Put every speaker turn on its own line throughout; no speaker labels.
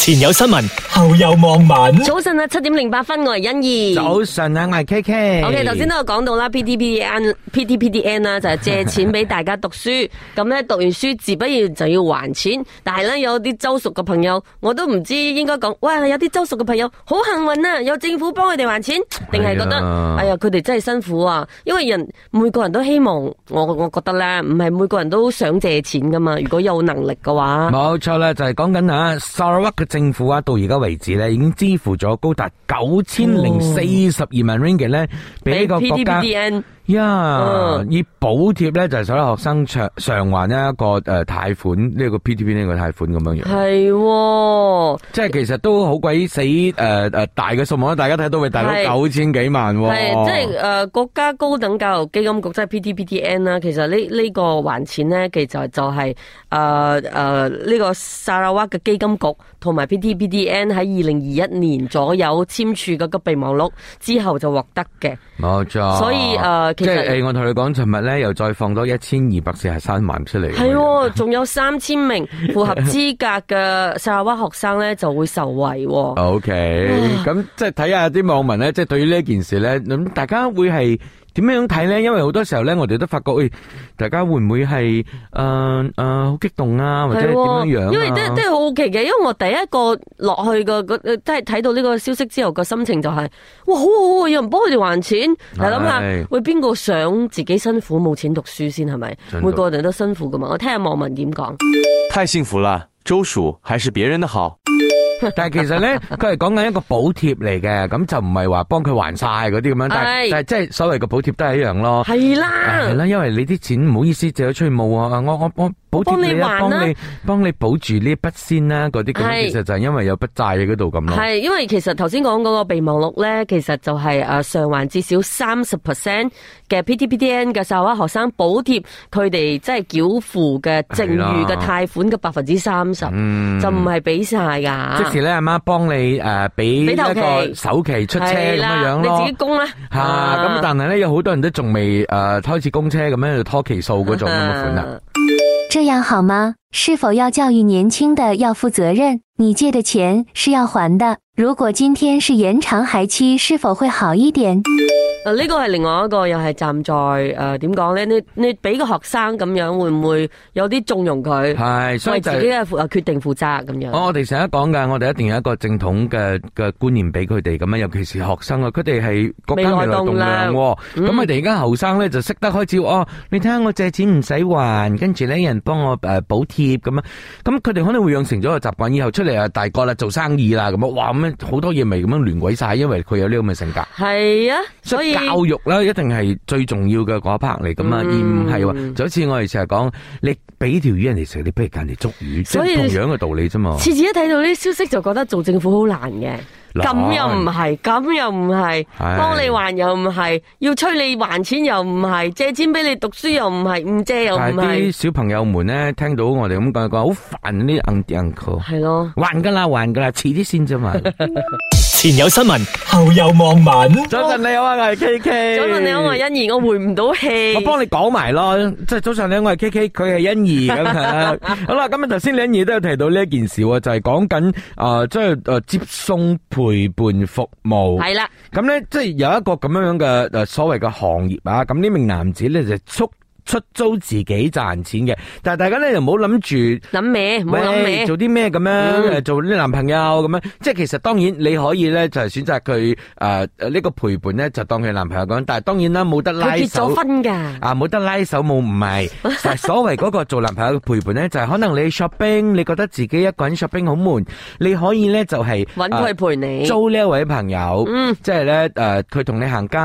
前有新聞，後有網民。
早晨啊，七點零八分，我係欣怡。
早晨啊，我係 K K。
OK，頭先都有講到啦，PTPN、PTPDN 啊啦，就係借錢俾大家讀 書，咁咧讀完書自不然就要還錢。但係咧有啲州屬嘅朋友，我都唔知應該講，哇！有啲州屬嘅朋友好幸運啊，有政府幫佢哋還錢，定係覺得
係啊
哎呀佢哋真係辛苦啊，因為人每個人都希望，我我覺得咧，唔係每個人都想借錢噶嘛，如果有能力嘅話。
冇錯啦，就係講緊啊，Sarawak 嘅政府啊，到而家為止咧，已經支付咗高達九千零四十二萬 ringgit 咧，哦俾呢個國家
PTPDN
呀
嗯，
以補貼咧就係所有學生償償還一個誒貸款，呢個 PTP 呢個貸款咁樣樣，
係喎。
即係其實都好鬼死誒誒大嘅數目啦，大家睇到喂大
係
佬九千幾萬喎，
係，即係誒、呃、國家高等教育基金局即係 PTPTN 啦。其實呢呢、個還錢咧，其實就係誒誒呢個沙拉瓦嘅基金局同埋 PTPTN 喺二零二一年左右簽署嗰個備忘錄之後就獲得嘅。
冇錯，
所以誒其
即
實
係誒我同你講，尋日咧又再放多一千二百四十三萬出嚟，
係喎，仲有三千名符合資格嘅沙拉瓦學生咧就會受惠喎、
O K，咁即係睇下啲網民咧，即係對於呢一件事咧，咁大家會係點樣睇咧？因為好多時候咧，我哋都發覺，喂，大家會唔會係誒誒好激動啊，或者
係
係
喎
點樣樣啊？
因為都都係好好奇嘅，因為我第一個落去個個呃即係睇到呢個消息之後個心情就係、哇好好啊，有人幫佢哋還錢。嗱諗下
係，
喂邊個想自己辛苦冇錢讀書先係咪？
真係
每個人都辛苦噶嘛。我聽下網民點講。
太幸福了，州属还是别人的好。
但係其實咧，佢係講緊一個補貼嚟嘅，咁就唔係話幫佢還晒嗰啲咁樣，但
係
係但係即係所謂嘅補貼都係一樣咯。
係
係
啦，
啦，因為你啲錢唔好意思借咗出去冇啊，我我我補貼你啊，
幫你還啦
幫你幫你保住呢筆先啦，嗰啲咁樣
係
其實就係因為有筆債喺嗰度咁咯。
係因為其實頭先講嗰個備忘錄咧，其實就係誒償還至少三十 percent 嘅 PTPTN 嘅受話學生補貼佢哋即係繳付嘅剩餘嘅
係啦
貸款嘅百分之三十，
嗯
就唔係俾晒㗎。
即時咧，阿媽幫你誒俾一
俾頭期
個首期出車咁
係啦
樣樣
你
咯
自己。供啦。
嚇！咁但係咧，有好多人都仲未誒開始供車咁樣，就拖期數嗰種咁嘅款啊。。
这样好吗？是否要教育年轻的要负责任？你借的钱是要还的。如果今天是延长还期，是否会好一点？
誒呢個係另外一個，又係站在誒點講咧？你你俾個學生咁樣，會唔會有啲縱容佢？
係，所
為
以就
自己嘅負誒決定負責咁樣。
哦我我哋成日講㗎，我哋一定有一個正統嘅嘅觀念俾佢哋咁樣，尤其是學生啊，佢哋係國家未來棟
未來棟
梁喎。咁佢哋而家後生咧就識得開始哦，你睇下我借錢唔使還，跟住咧有人幫我誒補貼咁樣，咁佢哋可能會養成咗個習慣，以後出嚟啊大個啦做生意啦咁樣，哇咁樣好多嘢咪咁樣亂鬼晒，因為佢有呢咁嘅性格。
係啊，所
所以
以
教育咧，一定係最重要嘅嗰一 part 嚟噶嘛，
嗯
而唔係話就好似我哋成日講，你俾條魚人哋食，你不如揀條竹魚，即
所以
係同樣嘅道理啫嘛。
次次一睇到呢啲消息就覺得做政府好難嘅。
難
咁又唔係，咁又唔係，
係
幫你還又唔係，要催你還錢又唔係，借錢俾你讀書又唔係，唔借又唔
但係啲
係，
小朋友們咧，聽到我哋咁講，講好煩啊呢啲 uncle uncle，
係咯。
還噶啦，還噶啦，遲啲先 啫嘛。
前有新聞，後有網民。
早晨你好啊，我係 K K。
早晨你好，我係欣怡，我回唔到氣。
我幫你講埋咯，即係早上咧，我係 K K，佢係欣怡咁 樣。好啦，咁啊頭先欣怡都有提到呢一件事喎，就係講緊啊，即係誒接送陪伴服務。
係啦。
咁咧，即係有一個咁樣樣嘅誒所謂嘅行業啊。咁呢名男子咧就出出租自己賺錢嘅，但係大家咧就唔好諗住。
諗咩？唔好諗
喂，
咩。
做啲咩咁樣？誒做啲男朋友咁樣，即係其實當然你可以咧，就係選擇佢誒誒呢個陪伴咧，就當佢男朋友咁。但係當然啦，冇得拉
佢結
手
咗婚㗎。
啊，冇得拉手冇 唔係，但係所謂嗰個做男朋友嘅陪伴咧，就係可能你 shopping，你覺得自己一個人 shopping 好悶，你可以咧就係
揾
啊
佢陪你，
租呢一位朋友，
嗯
即係咧誒，呃佢、同你行街，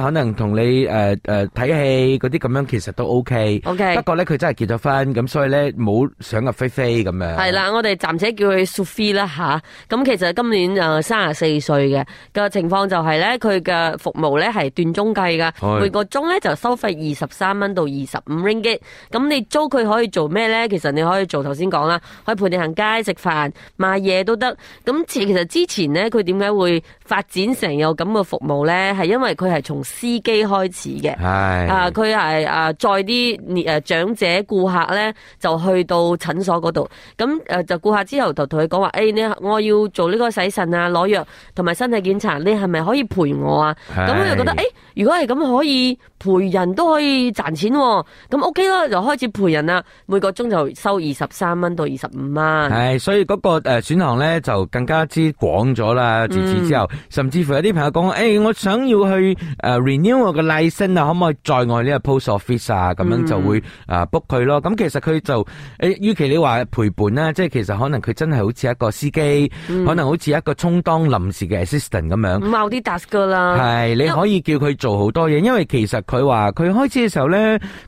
可能同你誒誒睇戲嗰啲咁樣，其實都 OK。
OK
不過咧，佢真係結咗婚，咁所以咧冇想入非非咁樣。
係，啦，我哋暫且叫佢 Sophie 啦吓。咁其實今年誒三十四歲嘅個情況就係咧，佢嘅服務咧係段鐘計㗎，
係
每個鐘咧就收費二十三蚊到二十五 ringgit。咁你租佢可以做咩咧？其實你可以做頭先講啦，可以陪你行街、食飯、買嘢都得。咁其實之前咧，佢點解會發展成有咁嘅服務咧？係因為佢係從司機開始嘅。
係
啊，佢係啊載啲誒長者顧客咧，就去到診所嗰度。咁誒、呃就顧客之後就同佢講話，誒、哎你我要做呢個洗腎啊、攞藥同埋身體檢查，你係咪可以陪我啊？咁佢就覺得，誒、如果係咁可以陪人都可以賺錢喎、咁 OK 啦，就開始陪人啦，每個鐘就收二十三蚊到二十五蚊。
系，所以嗰個诶選項咧就更加之廣咗啦。自此之後，甚至乎有啲朋友講：，诶、我想要去诶 renew 我嘅 license 啊，可唔可以在外呢個 post office 啊？咁樣就會啊 book 佢咯。咁其實佢就诶，誒與其你話陪伴啦，即係其實可能佢真係好似一個司機，可能好似一個充當臨時嘅 assistant 咁樣。
嗯唔係有啲 task 噶啦，
系，你可以叫佢做好多嘢，因為其實佢話佢開始嘅時候咧，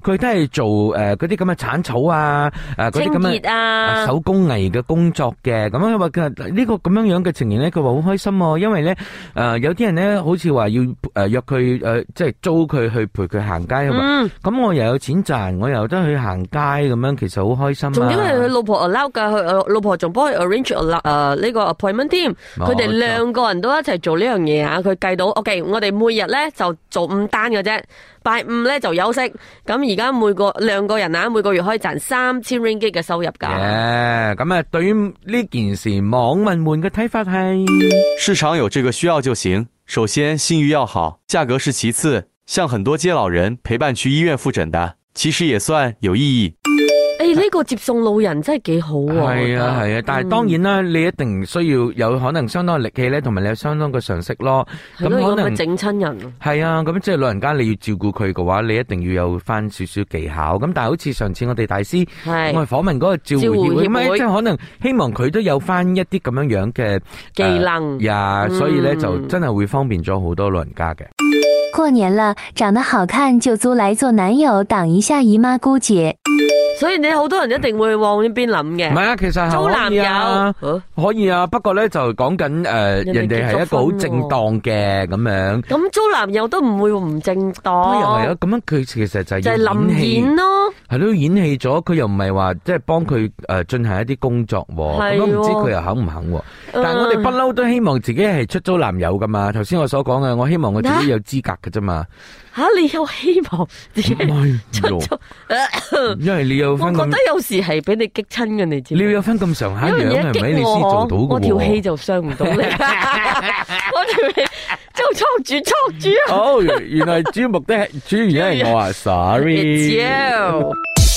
佢都係做诶嗰啲咁嘅铲草啊，诶嗰啲
清
咁嘅
潔啊，
手工藝嘅工作嘅，咁樣佢話佢呢個咁樣樣嘅情形咧，佢話好開心喎，因為咧誒、呃有啲人咧好似話要誒、呃、約佢誒、呃即係租佢去陪佢行街，佢話
嗯，
咁我又有錢賺，我又得去行街咁樣，其實好開心
仲
啊！
因為佢老婆 allow 噶，佢呃老婆仲幫佢 arrange 誒呢個 appointment 添，
冇
佢哋
錯
兩個人都一齊做呢樣嘢啊！佢計到，OK，我哋每日咧就做五單嘅啫，拜五咧就休息，咁而家每個兩個人啊，每個月可以賺三千 ringgit 嘅收入㗎。
Yeah，咁啊，對於呢件事，網民們嘅睇法係。
市场有这个需要就行。首先，信誉要好，价格是其次。像很多接老人陪伴去医院复诊的，其实也算有意义。
誒呢個接送老人真係幾好喎！
系啊系啊，但系當然啦，你一定需要有可能相當嘅力氣咧，同埋你有相當嘅常識咯。咁
咁可
可能
能整親人。
系啊，咁即系老人家你要照顧佢嘅話，你一定要有翻少少技巧。咁但係好似上次我哋大師，
係
我哋訪問嗰個照顧協會，
照顧協
咁
會
即係可能希望佢都有翻一啲咁樣樣嘅
技能
呃呀，
嗯
所以咧就真係會方便咗好多老人家嘅。
过年了，长得好看就租来做男友，挡一下姨妈姑姐。
所以你好多人一定會往呢邊諗
唔係
嘅，
啊，其實
租
係
男
可以啊，
友。啊
可以啊，不過咧就講緊诶，人
人哋
哋係一個好正當嘅咁樣。
咁租男友都唔會唔正
咁
當，
又係啊，咁樣佢其實就
就係
係要演
臨
戲
演咯，
系咯，演戲咗，佢又唔係話即係幫佢诶进行一啲工作喎，
係
咁我唔知
喎
佢又肯唔肯喎。但係我哋不嬲都希望自己係出租男友噶嘛。頭先我所講嘅，我希望我自己有資格嘅啫嘛。
吓你有希望自己 出
出
租，
因為你有
我
分
覺
咁
得，有時係俾你激親嘅，你知唔
你
知？
有分咁上下
因為
樣
你一
係咪？
激
你先
我
做到
我
嘅
條氣
喎。
就傷唔到你，我條氣就戳住戳住啊！
哦，原來主目的係主原因係我啊，sorry。
It's you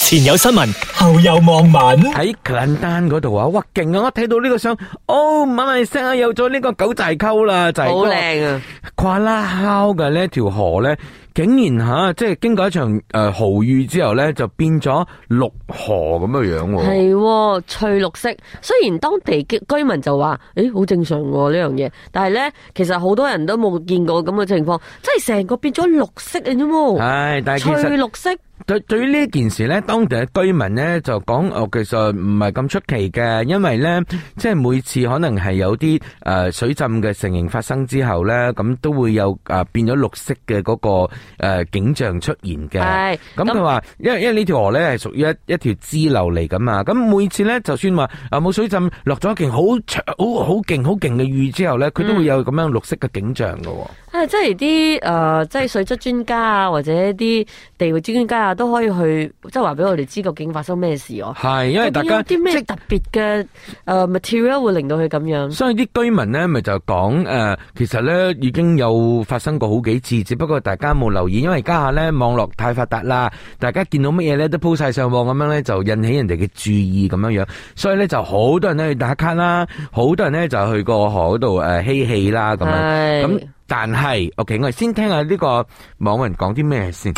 前有新聞，後有網民。
喺格蘭丹嗰度啊，哇勁啊！我睇到呢個相，哦，馬來西亞有咗呢個九寨溝啦，就係嗰
好
個
靚啊！
跨拉烤嘅呢條河咧，竟然吓、即係經過一場诶豪雨之後咧，就變咗綠河咁嘅樣喎。
係喎，翠綠色。雖然當地嘅居民就話：，诶，好正常喎呢樣嘢。但係咧，其實好多人都冇見過咁嘅情況，即係成個變咗綠色嘅啫喎，
唉，但係其
翠
實
綠色。
對對於呢件事咧，當地嘅居民咧就講，哦，其實唔係咁出奇嘅，因為咧，即係每次可能係有啲誒、呃水浸嘅情形發生之後咧，咁都會有誒、呃、變咗綠色嘅嗰、個、呃、景象出現嘅。
係
咁
咁
佢話，因為因為呢條河咧係屬於一一條支流嚟噶嘛，咁每次咧就算話啊冇水浸，落咗一件好長、好好勁、好勁嘅雨之後咧，佢都會有咁樣綠色嘅景象噶喎。
啊，即係啲誒，即係水質專家啊，或者啲地域專家啊，都可以去，即係話俾我哋知究竟發生咩事哦、
係，因為大
究竟有
家
啲咩
即
特別嘅誒 material 會令到佢咁樣？
所以啲居民咧咪就講誒、呃其實咧已經有發生過好幾次，只不過大家冇留意，因為家下咧網絡太發達啦，大家見到乜嘢咧都鋪晒上網咁樣咧，就引起人哋嘅注意咁樣樣，所以咧就好多人咧去打卡啦，好多人咧就去個河嗰度誒嬉戲啦咁樣。
係
咁但係，OK，我哋先聽下呢個網民講啲咩先。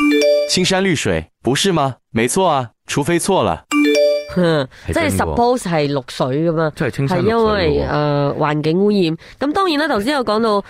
青山绿水，不是吗？没错啊，除非错了。
哼 即係
係真嘅喎
suppose 係綠水噶嘛。
真係清新
係
綠
因
水
為
喎
誒、呃、環境污染，咁當然啦。頭先有講到誒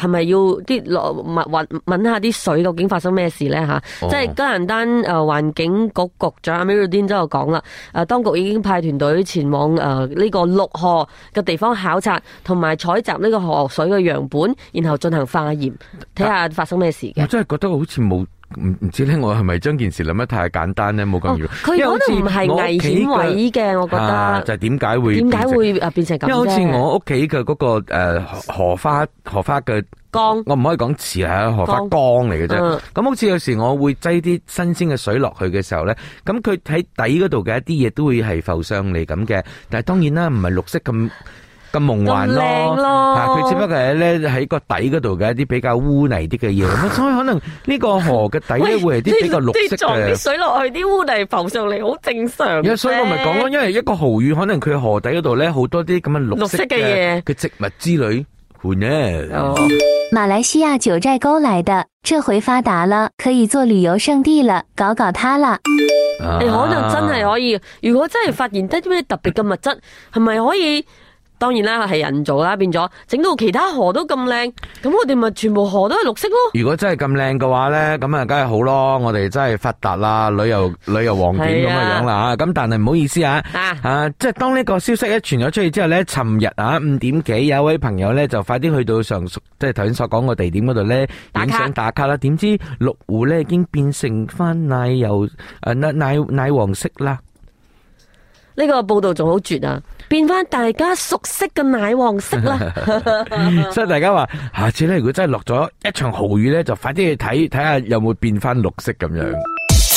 係咪要啲落揾揾揾下啲水究竟發生咩事咧嚇？
哦
即係加蘭丹誒、呃、環境局局長阿 Mirudin 都有講啦，誒、呃當局已經派團隊前往呃誒呢、個綠河嘅地方考察，同埋採集呢個
啊
河水嘅樣本，然後進行化驗，睇下發生咩事嘅
我。真係覺得好似冇唔唔知咧，我係咪將件事諗得太簡單咧？冇咁
哦
易。
佢
因為好
可
似
能唔係
我屋
危
企
險
嘅
位嘅，我覺
啊就
得
係點解會
點
變
解
成？
會啊變成咁
因為好似
啫
我屋企嘅嗰個诶荷花荷花嘅
缸
我唔可以講池係荷花
缸
缸嚟嘅啫。
嗯
咁好似有時我會擠啲新鮮嘅水落去嘅時候呢，咁佢喺底嗰度嘅一啲嘢都會係浮上嚟咁嘅。但係當然啦，唔係綠色咁咁夢
嗯
幻
咁靚
咯。
咯
啊佢只不過係呢喺個底嗰度嘅一啲比較污泥啲嘅嘢，咁所以可能呢個河嘅底
喂
呢會係啲比較
你
綠色
你撞
嘅
啲。水落去，啲污泥浮上嚟，好正常
因為所以我咪講咯，
啫。
因為一個豪雨，可能佢河底嗰度咧好多啲咁嘅綠
綠色嘅嘢
嘅植物之類，換咧。
哦
马来西亚九寨沟来的，这回发达了，可以做旅游胜地了，搞搞它啦！
啊
你可能真係可以，如果真係發現得啲咩特別嘅物質，係咪可以？當然啦，係人造啦，變咗整到其他河都咁靚，咁我哋咪全部河都係綠色咯。
如果真係咁靚嘅話呢，咁啊，梗係好咯！我哋真係發達啦，旅遊旅遊旺點
係
咁嘅
啊
樣啦。咁但係唔好意思啊，
啊
啊，即係當呢個消息一傳咗出去之後呢，尋日啊五點幾有位朋友呢，就快啲去到上述，即係頭先所講個地點嗰度呢，
打
影
卡
相打卡啦。點知綠湖呢已經變成翻奶油誒奶奶奶黃色啦。
呢個報道仲好絕啊，變翻大家熟悉嘅奶黃色 啦。
所以大家話下次咧，如果真係落咗一場豪雨咧，就快啲去睇睇下有冇變翻綠色咁樣。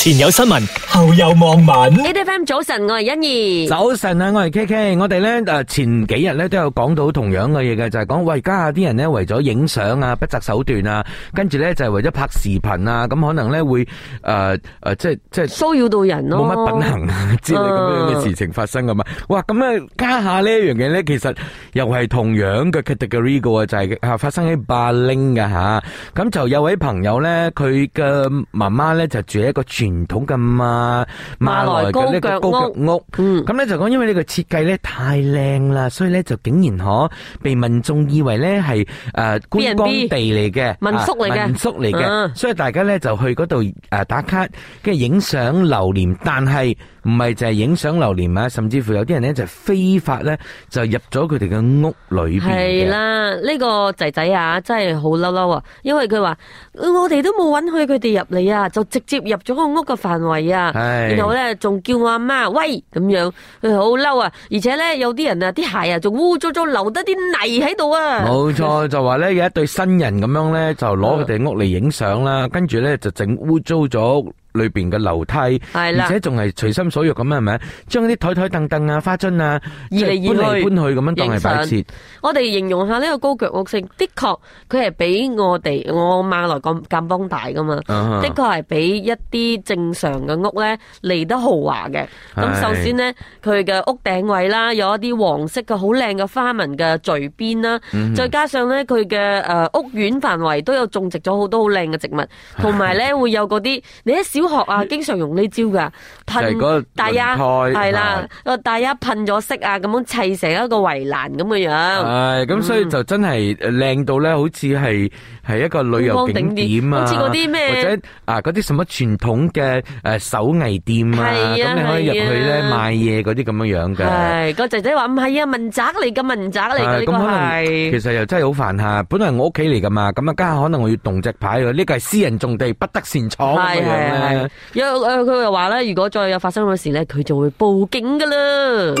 前有新聞，後有網民。
A F M 早晨，我係欣怡。
早晨啊，我係 K K，我哋咧诶前幾日咧都有講到同樣嘅嘢嘅，就係講喂，家下啲人咧為咗影相啊，不擇手段啊，跟住咧就係為咗拍視頻啊，咁可能咧會诶诶，即係即係
騷擾到人咯，
冇乜品行啊之類咁樣嘅事情發生噶嘛。哇，咁啊家下呢一樣嘢咧，其實又係同樣嘅 category 嘅喎，就係、啊發生喺霸拎嘅吓。咁就有位朋友咧，佢嘅媽媽咧就住喺一個傳統嘅馬馬來嘅呢個高腳屋。
嗯
咁咧就講因為呢個設計咧太靚啦，所以咧就竟然可被民眾以為咧係誒觀光
B&B
地嚟嘅
民宿嚟嘅
啊民宿嚟
嗯
嘅，所以大家咧就去嗰度誒打卡，跟住影相留念。但係唔係就係影相留念啊，甚至乎有啲人咧就非法咧就入咗佢哋嘅屋裏邊
系
嘅。
啦，呢、個仔仔啊，真係好嬲嬲啊！因為佢話呃我哋都冇允許佢哋入嚟啊，就直接入咗個屋嘅範圍啊。
係
然後咧，仲叫我阿媽喂咁樣，佢好嬲啊！而且咧，有啲人啊，啲鞋啊，仲污糟糟，留得啲泥喺度啊。
冇錯，就話咧有一對新人咁樣咧，就攞佢哋屋嚟影相啦，跟住咧就整污糟咗屋裏邊嘅樓梯。
係
而
啦，
且仲係隨心所欲咁係咪？將啲台台凳凳啊、花樽啊，
移嚟移去
即係搬嚟搬去咁樣當係擺設。
我哋形容下呢個高腳屋性，的確佢係比我哋我馬來咁咁幫大噶嘛。
啊
的確係比一啲正常嘅屋咧嚟得豪華嘅。咁
係
首先咧，佢嘅屋頂位啦，有一啲黃色嘅好靚嘅花紋嘅聚邊啦，
嗯
再加上咧佢嘅誒屋苑範圍都有種植咗好多好靚嘅植 物，同埋咧會有嗰啲你喺小學啊經常用呢招㗎，
就係嗰啊個
噴大丫
輪胎
係啦，個大丫噴咗色啊，咁樣砌成一個圍欄咁嘅樣。
係咁，所以就真係靚到咧，好似係係一個旅遊景點啊，
好似嗰啲咩
或者啊嗰啲什麼傳統嘅誒手藝店啊，
係啊
咁你可以入去
係
咧
啊
買嘢嗰啲咁樣樣嘅。
係個仔仔話唔係啊，民宅嚟嘅民宅嚟嘅
係
呢
咁
個
可能
係
其。實又真係好煩下，本來我屋企嚟噶嘛，咁啊家下可能我要動隻牌喎，呢個係私人種地，不得擅闖咁
係係
樣咧
係。，有誒佢又話咧，如果再有發生咁嘅事咧，佢就會報警噶啦。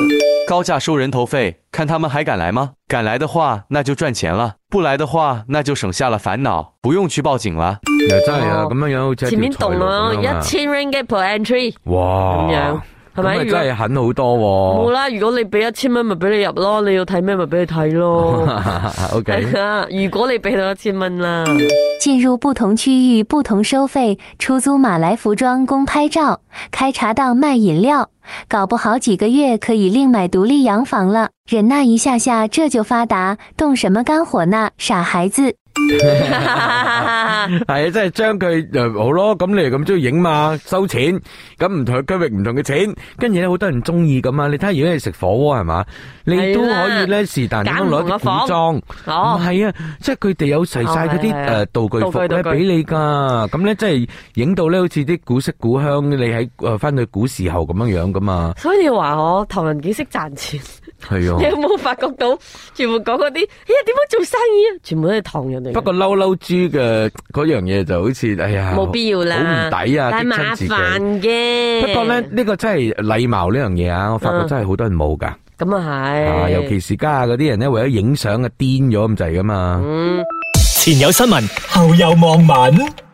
高价收人头费，看他们还敢来吗？敢来的话，那就赚钱了；不来的话，那就省下了烦恼，不用去报警了。
又真係啊，
哦
咁樣樣好似一條
前面動
財路
咯，
咁樣啊
一千 ringgit per entry
哇，
咁樣，係咪？
咁咪
如果
真係狠好多
冇
喎。
啦，如果你俾一千蚊，咪俾你入咯，你要睇咩咪俾你睇 咯。
O K，
係 啊，如果你俾到一千蚊 啦，
进入不同区域不同收费，出租马来服装供拍照，开茶档卖饮料，搞不好几个月可以另买独立洋房了。忍耐一下下，这就发达，动什么肝火呢？傻孩子！
係啊，真係將佢誒好咯，咁你咁中意影嘛，收錢，咁唔同嘅區域唔同嘅錢，跟住咧好多人中意咁啊！你睇下，如果你食火鍋係嘛，你都
係啦
可以咧是但咁
揀
樣攞
唔同嘅
啲
房
古裝。唔
哦，
係啊，即係佢哋有齊晒嗰啲
哦係係
誒道具服
道具道
咧
具
俾你㗎，咁咧即係影到咧好似啲古色古香，你喺誒翻去古時候咁樣樣㗎嘛。
所以你話我唐人幾識賺錢，
系
你有
啊。
冇發覺到全部講嗰啲？哎呀，點樣做生意啊？全部都係唐人嚟嘅。
不過嬲嬲豬嘅嗰樣嘢就好似，哎呀，
冇必要啦，
好唔抵啊，
但係
激
麻
親自己。
煩嘅。
不過咧，呢個真係禮貌呢樣嘢啊，我發覺
嗯
真係好多人冇㗎。
咁啊
啊，
係，
尤其是家下嗰啲人咧，為咗影相啊癲咗咁滯噶嘛。
嗯。
前有新聞，後有網民。